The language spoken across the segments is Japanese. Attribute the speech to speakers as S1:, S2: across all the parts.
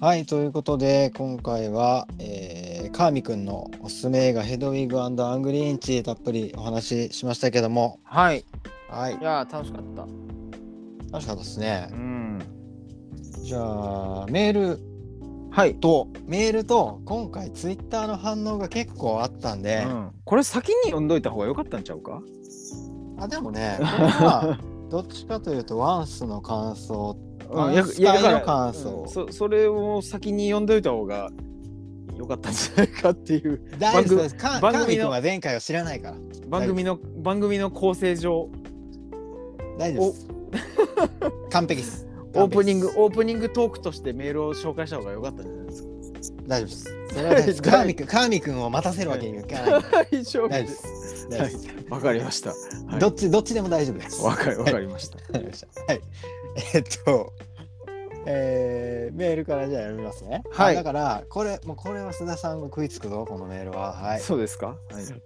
S1: はい、ということで、今回は、えー、川見くんのおすすめ映画、ヘドウィグアングリーンチたっぷりお話ししましたけども、
S2: はい。
S1: はい
S2: い、やー、楽しかった。
S1: 楽しかったですね
S2: う。ん。
S1: じゃあ、メール
S2: はい。
S1: と、メールと、今回ツイッターの反応が結構あったんで、
S2: うん、これ先に読んどいた方が良かったんちゃうか
S1: あ、でもね、これは どっちかというと、ワンスの感想
S2: うん、
S1: あスカイの感想
S2: うんそそれを先に読んどいた方が良かったんじゃないかって いう
S1: 大丈夫
S2: 番組
S1: です。か
S2: 番組の
S1: 川見くんは前回を知らないから。
S2: 番組の番組の構成上
S1: 大丈夫です。完璧です。
S2: オープニングオープニングトークとしてメールを紹介した方が良かったんじゃないですか
S1: 大丈夫です。それは大丈夫 です。
S2: はい
S1: 川見くん、川見くんを待たせるわけにはいかない。
S2: 大丈夫
S1: 大丈夫で
S2: です
S1: す。大丈夫です。
S2: わかりましたはい
S1: どっち、どっちでも大丈夫です。
S2: わかりわかりました
S1: わかりましたはい。えっと、えー、メールからじゃあ読みますね。
S2: はい
S1: あだから、これ、もうこれは須田さんが食いつくぞ、このメールは。はい。
S2: そうですかはい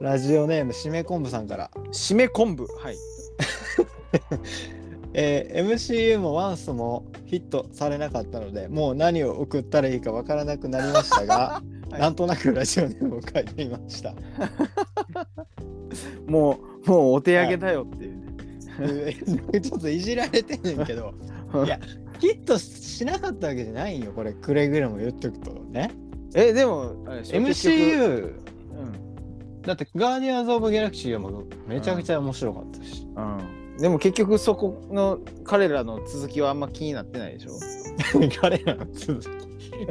S1: ラジオネーム、しめ昆布さんから。
S2: 締め昆布はい
S1: えー MCU もワンスもヒットされなかったのでもう何を送ったらいいかわからなくなりましたが、
S2: はい
S1: なんとなくラジオネームを書いてみました。
S2: もうもうお手上げだよっていうね
S1: で ちょっといじられてんねんけどいやヒットしなかったわけじゃないよこれくれぐれも言っとくとね。
S2: えでもあれでしょ結局
S1: MCU
S2: うん
S1: だって「ガーディアンズ・オブ・ギャラクシー」もめちゃくちゃ面白かったし、
S2: うんでも結局そこの彼らの続きはあんま気になってないでしょ
S1: 彼らの続き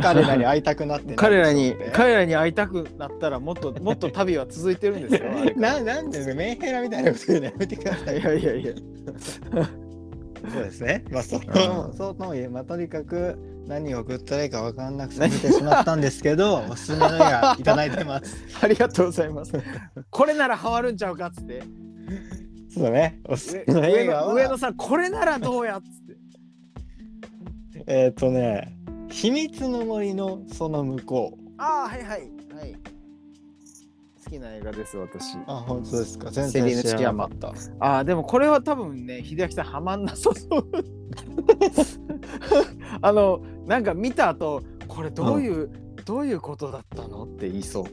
S1: 彼らに会いたくなってない
S2: 彼らに
S1: そうね
S2: 彼らに会いたくなったらもっ ともっと旅は続いてるんですよ。あれから
S1: ななんでメンヘラみたいなこと言うのやめてください
S2: いやいやいや。
S1: そうですね。まあ、そうう、そうとも言え、まあ、とにかく何を送ったらいいか分からなくて見てしまったんですけど、おすすめの映画いただいてます。
S2: ありがとうございます。これならハマるんちゃうかっつって。
S1: そうだね。おすす
S2: 上
S1: めの映
S2: 上
S1: 画
S2: 野上野
S1: は、
S2: さんこれならどうやっつって。
S1: えっ、とね、秘密の森のその向こう。
S2: ああはいはいはい。好きな映画です私。
S1: あ、本当ですか。全
S2: セリー
S1: 然
S2: ヌ
S1: 知
S2: チキ
S1: ら
S2: ア
S1: な
S2: マ
S1: かった。
S2: ああでもこれは多分ね秀明さんハマんなさそう。 あのなんか見た後これどういう、どういうことだったのって言いそう。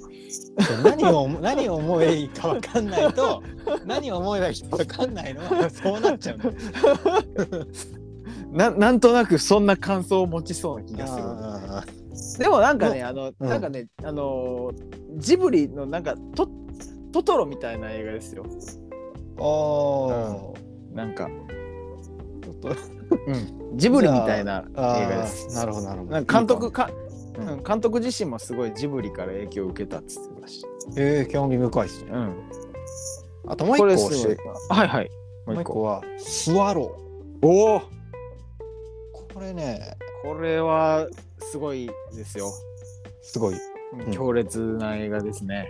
S1: 何を思、何を思えばいいか分かんない と、何を思えばいいか分かんないのは、そうなっちゃうんだよ。
S2: ななんとなくそんな感想を持ちそうな気がする。
S1: あ
S2: でもなんかね、あの、
S1: うん
S2: なんかね、あのージブリのなんかトトトロみたいな映画ですよ。
S1: ーおー。
S2: なんか、
S1: ちょっと
S2: ジブリみたいな映
S1: あ
S2: 画です。
S1: ーなるほど、なるほど。
S2: なんか監督か、
S1: うん
S2: うん監督自身もすごいジブリから影響を受けたっつってたし。
S1: えー、興味深いですね。
S2: うん。
S1: あともう一
S2: こ
S1: 個
S2: れ
S1: 教
S2: すご
S1: え
S2: い。はいはい。
S1: もう一個はスワロー。
S2: おお。
S1: これね、
S2: これはすごいですよ。
S1: すごい。ん
S2: 強烈な映画ですね。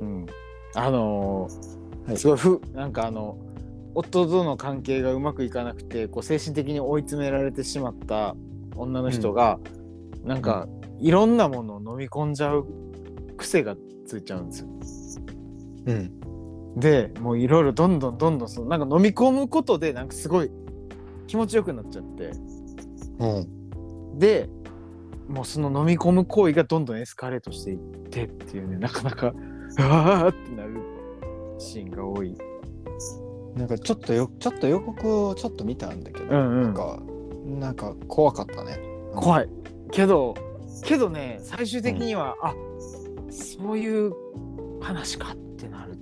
S2: うん、あのー
S1: はい
S2: すごいふなんかあの夫との関係がうまくいかなくてこう精神的に追い詰められてしまった女の人が、なんかいろんなものを飲み込んじゃう癖がついちゃうんですよ。
S1: うん。
S2: でもういろいろどんどんどんどんそのなんか飲み込むことでなんかすごい気持ちよくなっちゃって
S1: うん。
S2: でもうその飲み込む行為がどんどんエスカレートしていってっていうねなかなかああってなるシーンが多い。
S1: なんかちょっとよ、ちょっと予告をちょっと見たんだけど、
S2: うんうん
S1: なんか、なんか怖かったね。
S2: 怖いけどけどね最終的には、あそういう話かってなる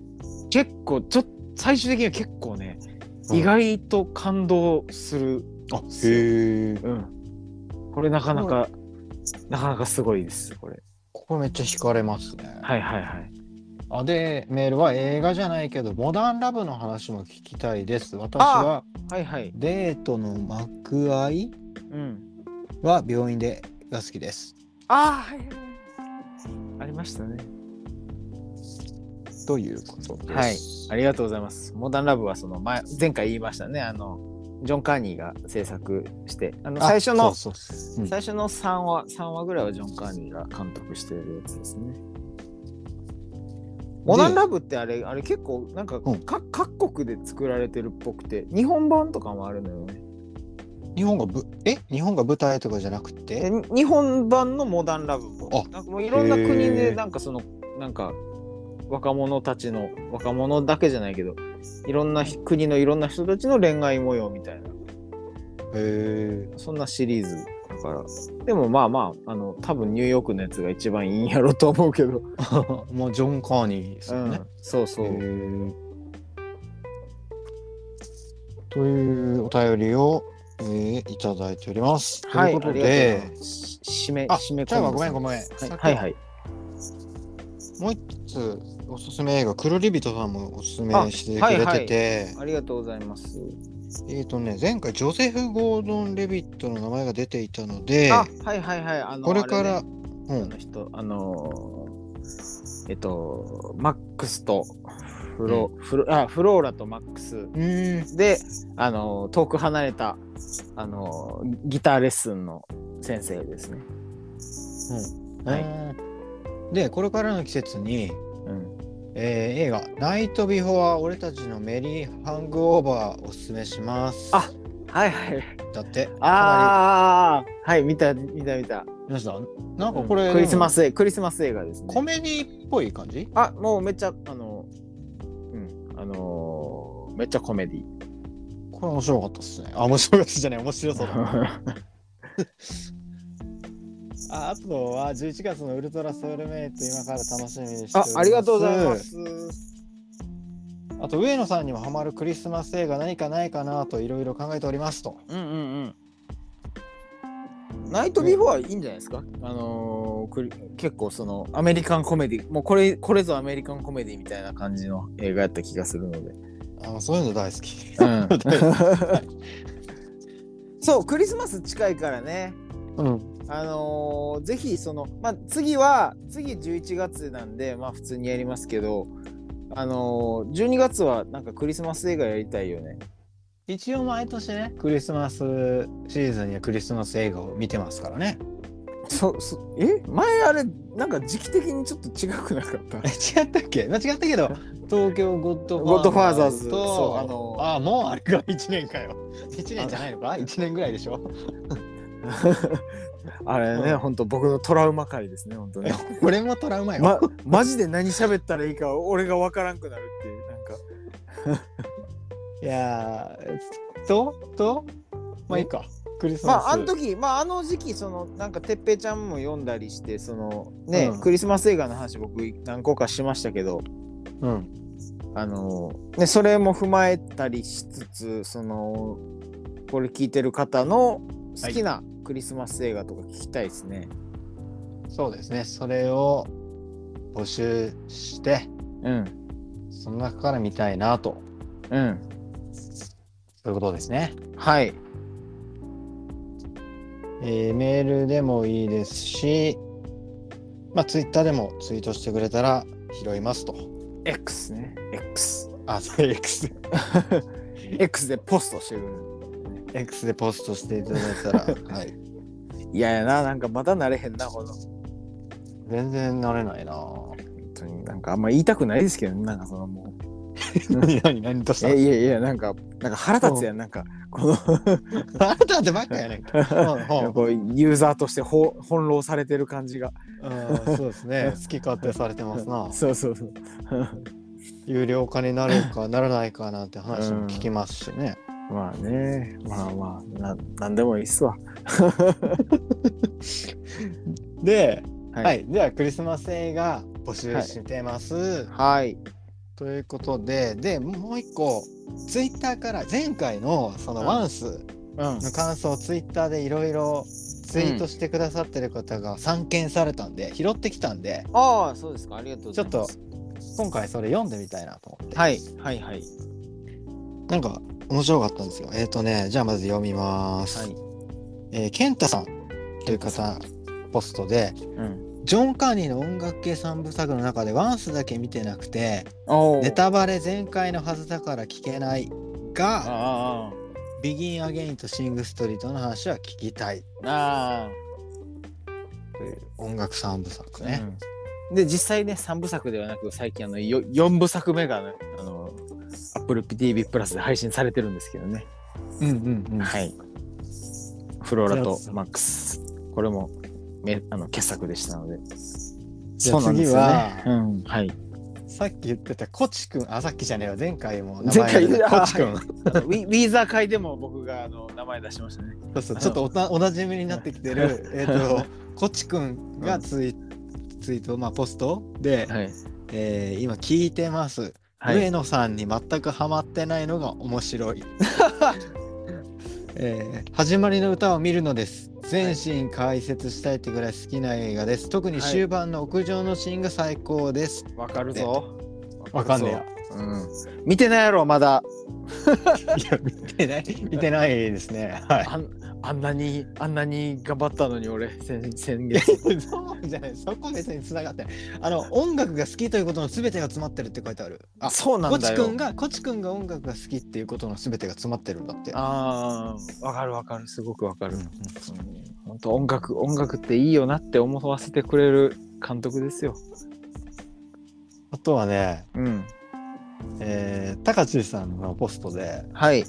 S2: 結構ちょっと最終的には結構ね、
S1: うん
S2: 意外と感動する、
S1: あ、へえ。
S2: うん、これなかなか、なかなかすごいですこれ
S1: ここめっちゃ惹かれますね。
S2: はいはいはい
S1: あで、メールは映画じゃないけど、モダンラブの話も聞きたいです。私は
S2: はいはい
S1: デートの幕開
S2: うん
S1: は病院でが好きです。
S2: ああはいはいありましたね
S1: ということです。
S2: はいありがとうございます。モダンラブはその前前回言いましたね。あのジョン・カーニーが制作して、あの
S1: あ
S2: 最初の
S1: そうそううん
S2: 最初の3話3話ぐらいはジョン・カーニーが監督してるやつですね。モダンラブってあれあれ結構なんかか、
S1: うん
S2: 各国で作られてるっぽくて日本版とかもあるのよね。
S1: 日本がぶえ日本が舞台とかじゃなくて
S2: で日本版のモダンラブも
S1: あ
S2: なんかもういろんな国
S1: へ
S2: で
S1: ー
S2: なんかそのなんか若者たちの若者だけじゃないけどいろんなひ国のいろんな人たちの恋愛模様みたいな
S1: へ
S2: そんなシリーズだからでもまあまああの多分ニューヨークのやつが一番いいんやろと思うけど、
S1: え もうジョン・カーニーです
S2: う
S1: よね
S2: ん、そうそう、
S1: へーというお便りを、えーいただいております。
S2: はい
S1: ということ
S2: ありがとう
S1: で
S2: ござい、ます締め
S1: あ
S2: 締め
S1: じゃあごめんごめん。
S2: はい
S1: さっき
S2: はいはい
S1: もう一つおすすめ映画、黒リビトさんもおすすめしてくれてて、
S2: ありがとうございます、
S1: えっ、とね、前回ジョセフ・ゴードン・レビットの名前が出ていたので、
S2: あはいはいはいあの
S1: これから、
S2: あね
S1: う
S2: あ
S1: ん
S2: の人あのーえっとマックスとフロ,、フロあフローラとマックス
S1: うーん、
S2: であのー遠く離れたあのーギターレッスンの先生ですね、はい
S1: はい、で、これからの季節に、
S2: うん、
S1: えー映画「ナイト・ビフォア俺たちのメリー・ハング・オーバー」おすすめします。
S2: あはいはい
S1: だって。
S2: ああはい見た見た見た
S1: 皆さんなんかこれ、
S2: うんクリスマス映クリスマス映画ですね
S1: コメディっぽい感じ
S2: あもうめっちゃあのうんあのーめっちゃコメディ
S1: これ面白かったっすねあ面白かったじゃない面白 そうだああとは11月のウルトラソウルメイト今から楽しみにしてお
S2: あ
S1: ります
S2: ありがとうございます
S1: あと上野さんにもハマるクリスマス映画何かないかなといろいろ考えておりますと
S2: うんうんうん。ナイトビフォーはいいんじゃないですか、あのーくり結構そのアメリカンコメディもうこれこれぞアメリカンコメディみたいな感じの映画やった気がするので、
S1: あそういうの大好き
S2: うんそうクリスマス近いからね
S1: うん
S2: あのーぜひその、まあ、次は次11月なんでまあ普通にやりますけどあのー12月はなんかクリスマス映画やりたいよね
S1: 一応毎年ねクリスマスシーズンにはクリスマス映画を見てますからね
S2: そそえ前あれなんか時期的にちょっと違くなかった
S1: 違ったっけ間違ったけど東京ゴッド
S2: ゴッドファーザーズそう
S1: と
S2: あ
S1: あ
S2: の
S1: のあもうあれが1年かよ1年 じゃないのか1年ぐらいでしょ
S2: あれね、
S1: うん
S2: ほんと僕のトラウマ回ですね、本当ね。
S1: これもトラウマよ、
S2: ま、マジで何喋ったらいいか俺が分からんくなるっていう、なんか。
S1: いやーととまあいいかクリス
S2: ま
S1: マス
S2: あ、あの時、まあ、あの時期、その、なんか、てっぺいちゃんも読んだりして、その、ね、
S1: うん
S2: クリスマス映画の話、僕、何個かしましたけど、
S1: うん
S2: あの、ね、それも踏まえたりしつつ、その、これ聞いてる方の好きなクリスマス映画とか聞きたいですね。
S1: そうですねそれを募集して
S2: うん、
S1: その中から見たいなと
S2: うん、
S1: そういうことですね、
S2: はい。
S1: えーメールでもいいですしまあツイッターでもツイートしてくれたら拾いますと
S2: X ね、X。
S1: あそれ X
S2: X でポストしてくれる。
S1: X でポストしていただいたら はい
S2: いややな、なんかまだ慣れへんな、この。本
S1: 全然慣れないなぁ
S2: 当になんかあんま言いたくないですけどね、なんかそのもう。
S1: 何何何とし
S2: えいやいや、なんか、なんか腹立つやん、なんか、こ
S1: あなたってばっかやねんか。
S2: の、 こうユーザーとしてほ翻弄されてる感じが。。
S1: うん、そうですね。好き勝手されてますな
S2: そうそうそう。
S1: 有料化になるかならないかなんて話も聞きますしね。
S2: まあね、まあまあ、ななんでもいいっすわ。
S1: で、
S2: は
S1: はいい、ではクリスマス映画募集してます。
S2: はい。
S1: ということで、で、もう一個、ツイッターから前回のそのワンス
S2: うん
S1: の感想をツイッターでいろいろツイートしてくださってる方が散見されたんで、拾ってきたんで、
S2: ああ、そうですか。ありがとうご
S1: ち
S2: ざ
S1: ょ
S2: い
S1: っ
S2: ま
S1: と
S2: す。っ
S1: 今回それ読んでみたいなと思って。
S2: はい、はい、はい。
S1: なんか面白かったんですよ。えっ、とね、じゃあまず読みます。
S2: はい。
S1: えーケンタさんという方ポストで
S2: うん。
S1: ジョン・カーニーの音楽系3部作の中でワンスだけ見てなくて
S2: おー
S1: ネ。タバレ全開のはずだから聞けないが
S2: あ
S1: 「ビギン・アゲイン」と「シング・ストリート」の話は聞きたい
S2: あ、ああ。ああ。
S1: という音楽3部作ね。
S2: うんで実際ね3部作ではなく最近あのよ4部作目が、ね、あの AppleTV プラスで配信されてるんですけどね、
S1: うんうんうん
S2: はいフローラとマックスこれもめあの傑作でしたので
S1: じゃあ
S2: そうなんですよね
S1: 次
S2: うんはい
S1: さっき言ってたコチ君あさっきじゃねえわ前回も名
S2: 前
S1: 前
S2: 回
S1: 出たコチ君、
S2: あのウィウィーザー会でも僕があの名前出しましたね
S1: そうそうちょっとおなおなじみになってきて るえっとコチ君がツイ,、ツイートまあポストで、
S2: はい
S1: えー今聞いてます、上野さんに全くハマってないのが面白 い、えー始まりの歌を見るのです全身解説したいってぐらい好きな映画です特に終盤の屋上のシーンが最高です、
S2: わかるぞ
S1: わかんねえや
S2: うん見てないやろまだ
S1: いや見てない見てないですね はい
S2: あんあんなにあんなに頑張ったのに俺先先月
S1: そうじゃないそこ別に繋がってないあの音楽が好きということの全てが詰まってるって書いてあるあ
S2: そうな
S1: コ
S2: んだ
S1: チ
S2: よ
S1: 君がコチ君が音楽が好きっていうことの全てが詰まってるんだって
S2: ああわかるわかるすごくわか
S1: う
S2: る、うんん、本当音楽音楽っていいよなって思わせてくれる監督ですよ
S1: あとはね
S2: うん
S1: えー、高知さんのポストで
S2: はい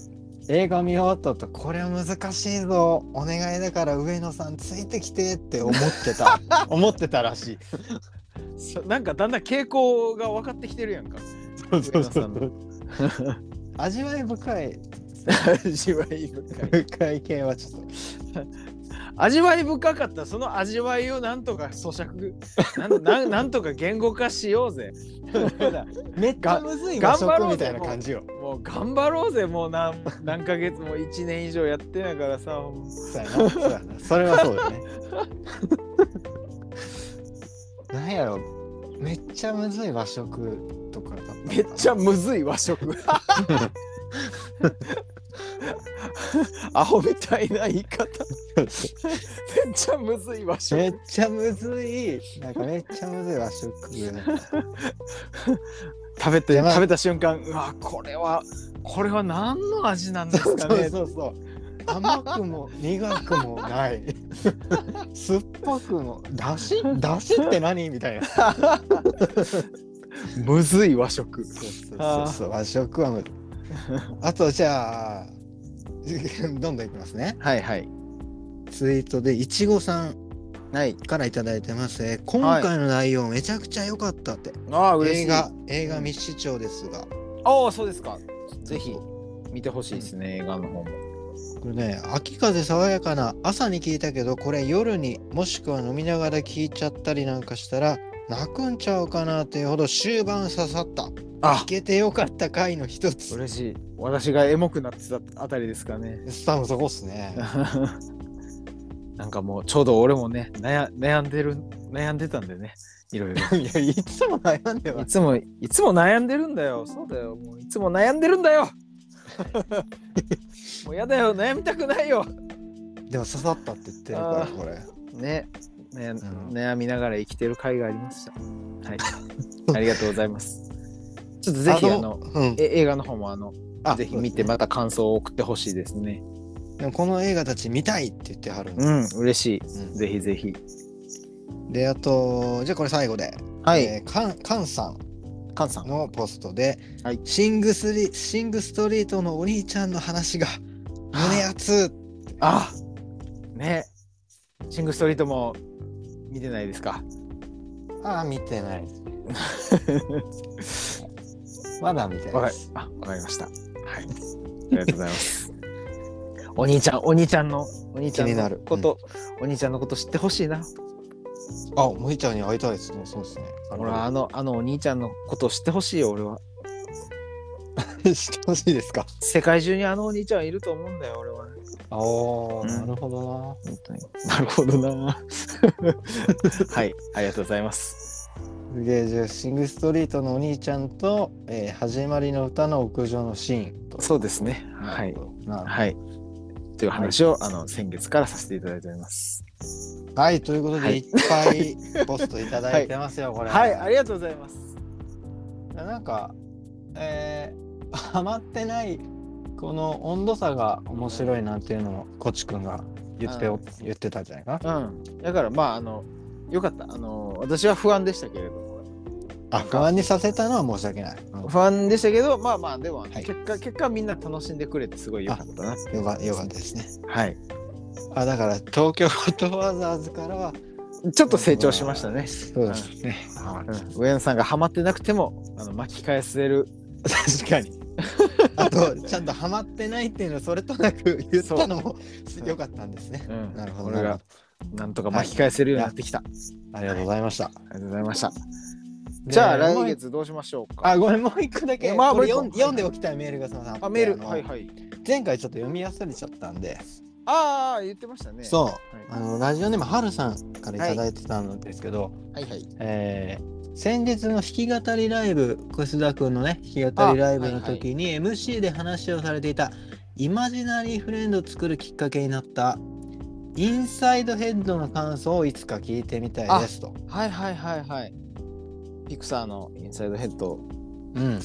S1: 映画見終わった後これは難しいぞお願いだから上野さんついてきてって思って た思ってたらしい
S2: そなんかだんだん傾向が分かってきてるやんか
S1: そうそうそう
S2: 上野さんの
S1: 味わい深い
S2: 味わい深い
S1: 深い系はちょっと
S2: 味わい深かったその味わいをなんとか咀嚼なんなんなんとか言語化しようぜ
S1: めっちゃむずい
S2: が
S1: 和
S2: 頑張
S1: 食
S2: ろ
S1: み
S2: うぜ
S1: たいな感じよ
S2: もう頑張ろうぜもう何何ヶ月も1年以上やってながらさもう
S1: そうやなそうやなそれはそうだ よねなんやろめっちゃむずい和食とかだったのかな
S2: めっちゃむずい和食アホみたいな言い方めっちゃむずい和食
S1: めっちゃむずいなんかめっちゃむずい和食だった
S2: 食べて
S1: じゃあまあ
S2: 食べた瞬間うわこれはこれは何の味なんですか
S1: そう
S2: ね
S1: そうそう。甘くも苦くも ない。酸っぱくも、だし、だしって何みたいな。そ
S2: むずい和食
S1: うそう
S2: あ
S1: そうそう、和食は無理。あとじゃあ。 どんどんいきますね。
S2: はいはい
S1: ツイートでいちごさん
S2: はい
S1: からいただいてます。えー今回の内容めちゃくちゃ良かったって。
S2: ああ
S1: 映画、映画密室長ですが。
S2: ああそうですかぜひ見てほしいですね映画の方も
S1: これね、秋風爽やかな朝に聞いたけど、これ夜にもしくは飲みながら聞いちゃったりなんかしたら、泣くんちゃうかなっていうほど終盤刺さった。
S2: あ
S1: 聞けてよかった回の一つ。
S2: 嬉しい私がエモくなってたあたりですか ね
S1: スタムそこっすね。
S2: なんかもうちょうど俺もね悩悩んでる悩んでたんでねいろいろ
S1: いや、いつも悩んで
S2: い。つもいつも悩んでるんだよそうだよもういつも悩んでるんだよもうやだよ悩みたくないよ
S1: でも刺さったって言ってるから、
S2: あー
S1: これ。
S2: ねね、
S1: ん
S2: 悩みながら生きてる回がありましたはいありがとうございます ちょっとぜひあの
S1: うん。
S2: え映画の方もあの
S1: あ
S2: ぜひ
S1: そう
S2: 見て
S1: ですね
S2: また感想を送ってほしいですね。
S1: でもこの映画たち見たいって言ってはるんで。
S2: うん、嬉し
S1: うん
S2: い。ぜひぜひ。
S1: で、あと、じゃあこれ最後で。
S2: は
S1: えーカン、カンさん。
S2: カンさん。
S1: のポストで、
S2: はい
S1: シングスリシングストリートのお兄ちゃんの話が胸熱
S2: あ、ね。シングストリートも見てないですか。
S1: ああ見てない ですねまだ見て
S2: わ
S1: ない
S2: か
S1: で
S2: り
S1: す、
S2: あ、わかりました。はい。ありがとうございます。 お兄ちゃん、お兄ちゃんの、お兄ちゃん
S1: 気にな
S2: の
S1: る
S2: こと、お兄ちゃんのこと知ってほしいな。
S1: あお兄ちゃんに会いたいですねそうですね
S2: 俺はあの、あのお兄ちゃんのことを知ってほしいよ、俺は。
S1: 知って ほしいですか
S2: 世界中にあのお兄ちゃんはいると思うんだよ、俺は。
S1: ああ、
S2: うん
S1: なるほどな
S2: 本当に。なるほどな。 はい、ありがとうございます。
S1: すげえじゃあシングストリートのお兄ちゃんと、えー始まりの歌の屋上のシーンと
S2: そうですね。はい。
S1: なるほ
S2: はい。という話を、あの先月からさせていただいております。
S1: どはいということで、
S2: は
S1: い、
S2: い
S1: っぱいポストいただいてます よ、これ
S2: りがとうございます。
S1: なんか、えー、 ハマってないこの温度差が面白いなっていうのをこちくんが言ってお言ってたんじゃないかな。
S2: うん。だからまああのよかった。あの私は不安でしたけれども、
S1: あ不安にさせたのは申し訳ない。う
S2: 不安でしたけど、まあまあでも、
S1: い
S2: 結果結果みんな楽しんでくれてすごい良かったな。
S1: ん、よかよかったですね。
S2: はい。
S1: あだから東京ことわざーズからは
S2: ちょっと成長しましたね。
S1: そうですね、は
S2: う
S1: い
S2: ん、上野さんがハマってなくてもあの巻き返せる
S1: 確かにあとちゃんとハマってないっていうのはそれとなく言 ったのも
S2: う
S1: 良かったんですね、
S2: うん
S1: なるほど
S2: これがなんとか巻き返せるようになってきた、
S1: ありがとうございました、
S2: ありがとうございましたじゃあ
S1: で
S2: 来月どうしましょうか
S1: あごめんもう一個だけ、
S2: えまあ
S1: これ
S2: もう
S1: 読ん
S2: 一個
S1: 読んでおきたいメールがすみませんって
S2: あメー
S1: あ
S2: ル
S1: の
S2: はいはい
S1: 前回ちょっと読み忘れちゃったんで、
S2: ああ言ってましたね
S1: そう
S2: う、
S1: あ
S2: は
S1: のラジオネームはるさんから頂いただいてたんですけど、
S2: い、はいはい
S1: えー先日の弾き語りライブ楠田君のね弾き語りライブの時に MC で話をされていた、イマジナリーフレンドを作るきっかけになったインサイドヘッドの感想をいつか聞いてみたいですと。
S2: はいはいはいはいピクサーのインサイドヘッド
S1: うん、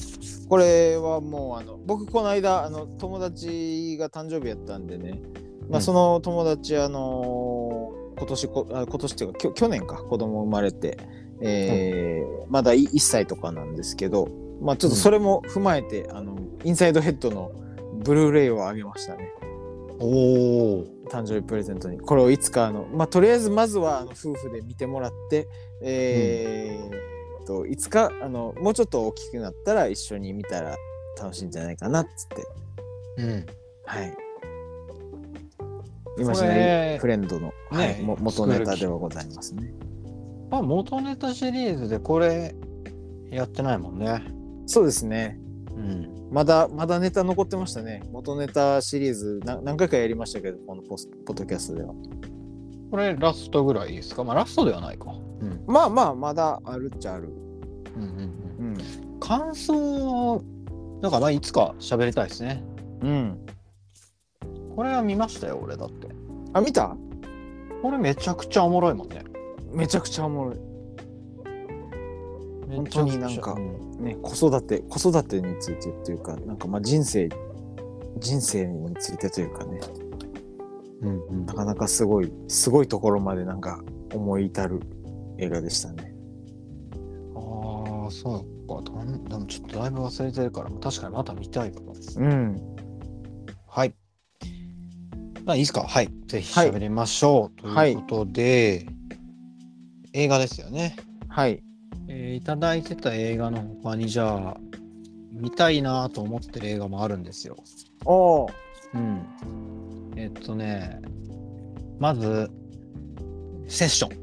S2: これはもうあの僕この間あの友達が誕生日やったんでね、ま
S1: うん
S2: あ、その友達あのー今年こあ今年っていうかきょ去年か子供生まれて、えーまだい1歳とかなんですけど、まあ、ちょっとそれも踏まえて、あのインサイドヘッドのブルーレイをあげましたね
S1: おお
S2: 誕生日プレゼントにこれをいつかあの、まあ、とりあえずまずはあの夫婦で見てもらって、えーといつかあのもうちょっと大きくなったら一緒に見たら楽しいんじゃないかなっつって
S1: うん、
S2: はい
S1: れ
S2: 今しないフレンドの、はい
S1: ね
S2: も元ネタではございますね
S1: まあ元ネタシリーズでこれやってないもんね。
S2: そうですね
S1: うん、
S2: まだまだネタ残ってましたね元ネタシリーズな何回かやりましたけどこのポスポッドキャストでは
S1: これラストぐらいですかまあラストではないか。うん
S2: まあまあまだあるっちゃある
S1: うんうん
S2: うん
S1: うん、感想だからいつか喋りたいですね。
S2: うん
S1: これは見ましたよ俺だって
S2: あ見た
S1: これめちゃくちゃおもろいもんね
S2: めちゃくちゃおもろい
S1: 本
S2: 本当になんかね、子育て子育てについてというかなんかまあ人生人生についてというかね
S1: うんうん
S2: なかなかすごいすごいところまでなんか思い至る映画でしたね。
S1: ああそうかどんでもちょっとだいぶ忘れてるから確かにまた見たいかも
S2: うん、
S1: はいまあいいですかはいぜひ
S2: はい
S1: 喋りましょう、
S2: はい
S1: ということで、映画ですよね、
S2: はい
S1: えーいただいてた映画の他にじゃあ見たいなと思ってる映画もあるんですよ
S2: おー
S1: うんえっとねまずセッション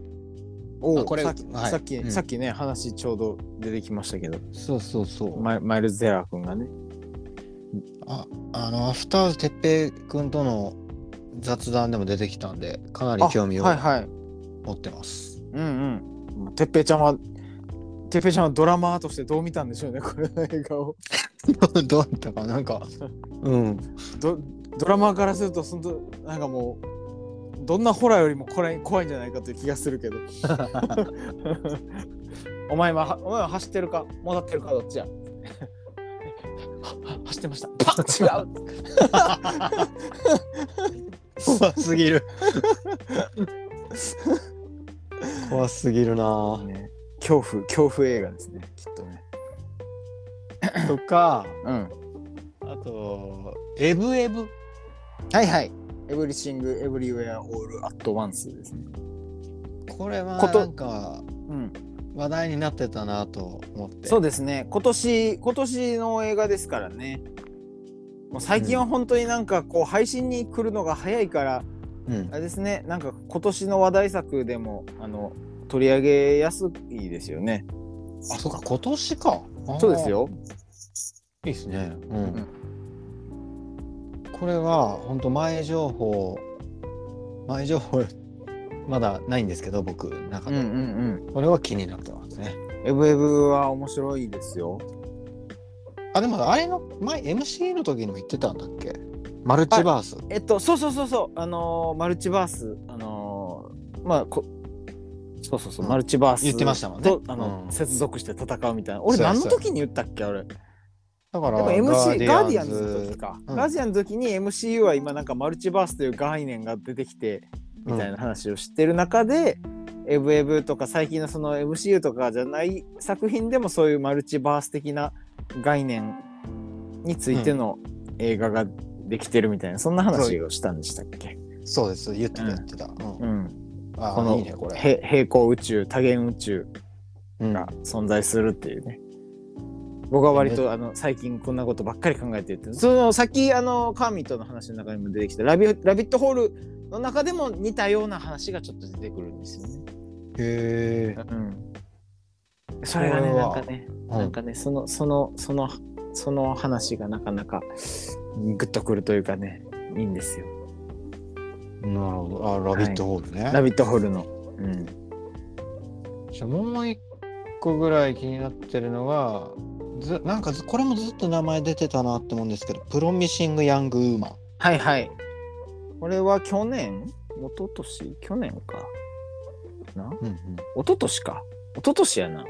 S2: お
S1: あ
S2: ー
S1: これ
S2: さっき、
S1: はい
S2: さっき
S1: うん
S2: さっきね話ちょうど出てきましたけど
S1: そうそうそう。
S2: マイマイルズ・ゼラー君がね
S1: ああの、アフターズ哲平君との雑談でも出てきたんで、かなり興味を
S2: あはいはい
S1: 持ってます。
S2: うんうんてっぺいちゃんはてっぺいちゃんはドラマーとしてどう見たんでしょうねこれの映画を
S1: どうだったかな、なんか、うん。
S2: どドラマーからするとそのなんかもうどんなホラーよりもこれ怖いんじゃないかという気がするけ どお前はお前は走ってるか戻ってるかどっちやは は走ってましたパッ違う
S1: 怖すぎる。怖すぎるな
S2: ね恐怖恐怖映画ですねきっとね
S1: とか、
S2: うん
S1: あと、エブエブ。
S2: はいはいエブリシングエブリウェアオールアットワンスですね
S1: これは
S2: こと
S1: なんか
S2: うん
S1: 話題になってたなと思って。
S2: そうですね今年今年の映画ですからねもう最近は本当になんかこう配信に来るのが早いから、
S1: うん
S2: あ。れですねなんか今年の話題作でもあの取り上げやすいですよね
S1: あ、そうか、今年か。あー
S2: そうです。よ
S1: いいですね。うん。これは本当前情報前情報 まだないんですけど僕の中
S2: うんう
S1: で、
S2: んうん
S1: これは気になってますね。
S2: エブエブは面白いですよ
S1: あでもあれの前 MC の時にも言ってたんだっけマルチバース。
S2: えっとそうそうそうそうあのーマルチバースあのーまあこそうそうそう、
S1: うん
S2: マルチバース
S1: 言ってましたもんね
S2: とあの、
S1: うん
S2: 接続して戦うみたいな俺
S1: そうや
S2: 何の時に言ったっけ俺
S1: だから
S2: やっぱ MC ガーディアンズの時
S1: ズ
S2: か、
S1: うん
S2: ガーディアンズの時に MCU は今なんかマルチバースという概念が出てきてみたいな話をしてる中で、エブエブとか最近のその MCU とかじゃない作品でもそういうマルチバース的な概念についての映画ができてるみたいなそんな話をしたんでしたっけ、
S1: うんそうです言ってた言ってた、うん
S2: うん、
S1: あ
S2: こ
S1: あ
S2: の
S1: いいねこれ、
S2: へ平行宇宙多元宇宙
S1: うん
S2: が存在するっていうね僕は割
S1: う
S2: とあの最近こんなことばっかり考えてるってそのさっきあのカーミットの話の中にも出てきたラビ「ラビットホール」の中でも似たような話がちょっと出てくるんですよね。
S1: へえ
S2: うん、それがね
S1: これ
S2: な
S1: は
S2: んかね、
S1: うん
S2: なんかねそのそのそのその話がなかなかグッとくるというかねいいんですよ。
S1: なるほどあラビットホールね、
S2: ラビットホールの。うん
S1: じゃあもう一個ぐらい気になってるのがずなんかずこれもずっと名前出てたなって思うんですけどプロミシング・ヤング・ウーマン
S2: はいはい。これは去年一昨年去年か。な
S1: うん
S2: 一昨年か。一昨年やな、も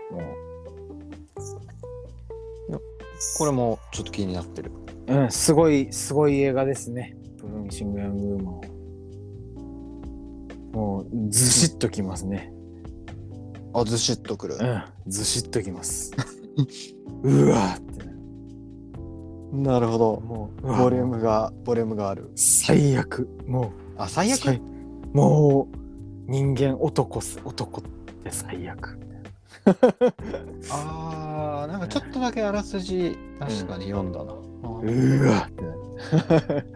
S1: これもちょっと気になってる
S2: う。うん、すごい、すごい映画ですね。プロミシング・ヤング・ウーマンは。もう、ずしっときますね。
S1: あずしっとくる、
S2: うん、ずしっと きます。うわーってなる
S1: なるほど
S2: もう、うわ
S1: ボリュームがボリュームがある
S2: 最悪。もう、
S1: あ最悪
S2: 最もう、人間男す、男って最悪。
S1: あーなんかちょっとだけあらすじ確かに読んだな、
S2: うわーってなる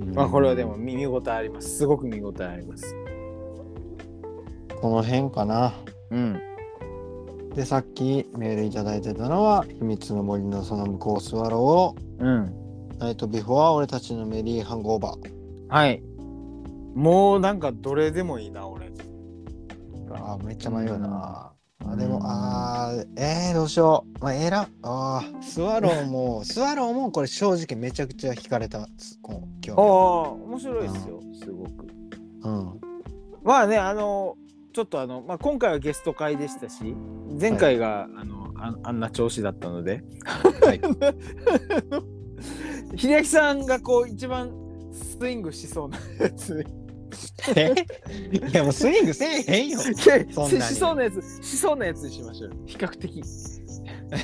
S1: うん
S2: まあこれはでも見見応えあります。すごく見応えあります。
S1: この辺かな
S2: うん。
S1: でさっきメールいただいてたのは「秘密の森のその向こうスワロー
S2: うん。」
S1: 「ナイトビフォア俺たちのメリーハングオーバー
S2: はい。もうなんかどれでもいいな、俺。」
S1: あーめっちゃ迷うな、あで
S2: う
S1: も
S2: ん
S1: あーえー、どうしよう、まあ、えらあースワロー もスワローもこれ正直めちゃくちゃ惹かれたつこう
S2: ああ、
S1: 今
S2: 面白いですよ、すごく。
S1: 日うん
S2: まあね、あの、ちょっとあの、まあ、今回はゲスト会でしたし、前回が、あのあ、あんな調子だったので。
S1: はい
S2: 秀明さんがこう一番スイングしそうなやつ。
S1: え いやもうスイングせえへんよそんなに
S2: しそうなやつ、しそうなやつにしましょうよ。比較的。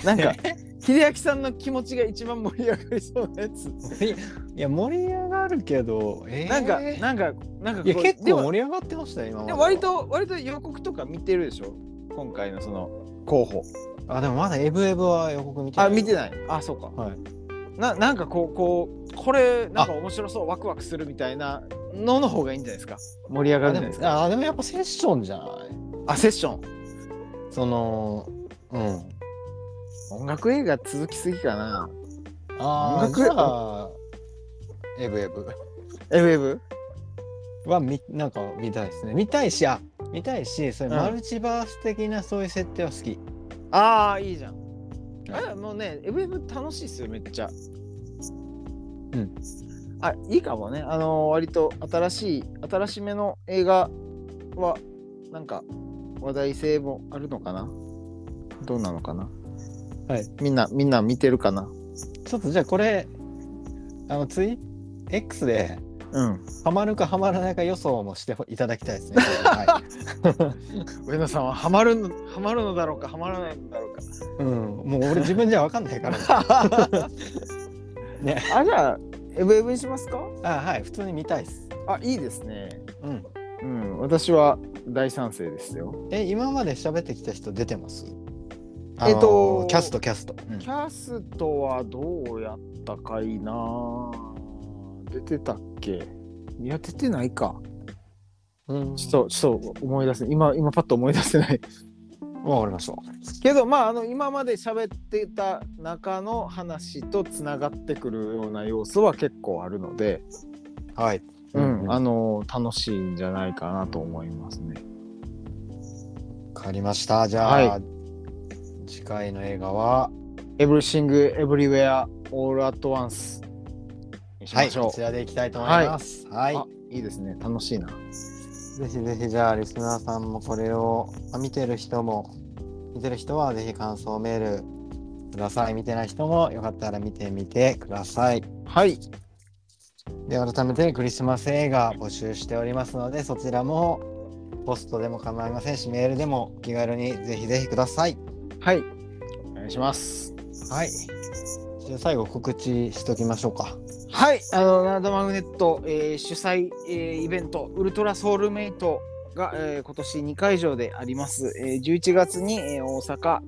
S2: なんか、秀明さんの気持ちが一番盛り上がりそうなやつ。
S1: いや盛り上がるけど、えー
S2: なんか、なんか、なんかこう、
S1: いや結
S2: で
S1: 構
S2: も
S1: 盛り上がってましたよ今まで
S2: でも割と、割と予告とか見てるでしょ今回のその候補。
S1: あでもまだエブエブは予告見てない
S2: あ、見てない。あ、そうか。
S1: はい
S2: な、なんかこう、こう、これ、なんか面白そう、ワクワクするみたいなのの方がいいんじゃないですか。盛り上がる
S1: あ
S2: ん
S1: で
S2: じゃな
S1: も
S2: いですか。
S1: あでもやっぱセッションじゃない
S2: あ、セッション。
S1: そのうん
S2: 音楽映画続きすぎかな。
S1: ああ
S2: 音楽
S1: じゃあエブエブ
S2: エブエブ
S1: はみなんか見たいですね見たいしあ見たいしそういう
S2: うん
S1: マルチバース的なそういう設定は好き、
S2: ああ、いいじゃん。
S1: はい
S2: あもうね、エブエブ楽しいっすよ、めっちゃ。
S1: うん。
S2: あ、いいかもね。あのー割と新しい、新しめの映画は、なんか、話題性もあるのかなどうなのかな
S1: はい。
S2: みんな、みんな見てるかな
S1: ちょっとじゃあこれあのツイ X で
S2: うん。
S1: ハマるかハマらないか予想もしていただきたい ですね、は
S2: 上野さんはハマるの、ハマるのだろうか、ハマらないのだろうか。
S1: い、うんもう俺自分じゃ分かんないから ね
S2: あ、じゃあ、エブエブにしますか
S1: あはい普通に見たいです
S2: あ、いいですね。
S1: うん
S2: うん、私は大賛成ですよ。
S1: え今まで喋ってきた人出てます
S2: えっと
S1: あのキャストキャスト、うん
S2: キャストはどうやったかいな出てたっけいや、出てないか。
S1: うん
S2: ちょっと、ちょっと思い出せ今、今パッと思い出せない。
S1: わかりました
S2: けど、まあ、あの、今まで喋ってた中の話とつながってくるような要素は結構あるので、
S1: はい、
S2: うん、
S1: わ
S2: あの、楽しいんじゃないかなと思いますね。
S1: かりましたじゃあ、
S2: は
S1: 次回の映画は
S2: Everything, Everywhere, All at Once にしま
S1: はい
S2: しょう。
S1: こちらでいきたいと思いますはい、
S2: あいいですね。楽しいな。
S1: ぜひぜひじゃあリスナーさんもこれをあ見てる人も見てる人はぜひ感想メールください見てない人もよかったら見てみてください
S2: はい。
S1: で改めてクリスマス映画募集しておりますのでそちらもポストでも構いませんしメールでもお気軽にぜひぜひください
S2: はい。お願いします。
S1: はいじゃあ最後告知しときましょうか
S2: はい、あの、ナナダマグネット、えー主催、えーイベント、ウルトラソウルメイトが、えー今年2会場であります。えー11月に、えー大阪、あ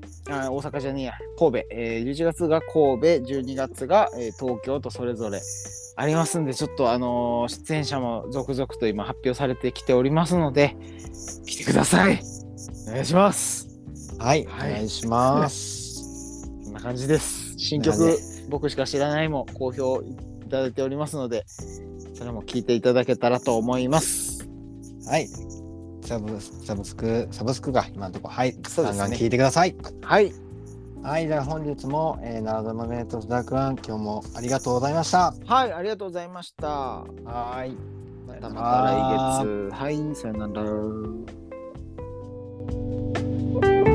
S2: ー大阪じゃねえや、神戸、えー11月が神戸、12月が、えー東京とそれぞれありますんで、ちょっと、あのー出演者も続々と今発表されてきておりますので、来てください。お願いします。
S1: はい、
S2: はい
S1: お願いします。
S2: こんな感じです。新曲、
S1: なんで
S2: 僕しか知らないも好評いただいておりますので、それも聞いていただけたらと思います。
S1: はい。サブスサブスク、サブスクが今のところ、はい、
S2: そう
S1: ガ
S2: ですね
S1: ンガン聞いてください。
S2: はい、
S1: はい、じゃあ本日も、えー、ナラダマグネットスダークラン、今日もありがとうございました。
S2: はい、ありがとうございました。ま
S1: はい。ま
S2: たまた来月。はい、さよなら。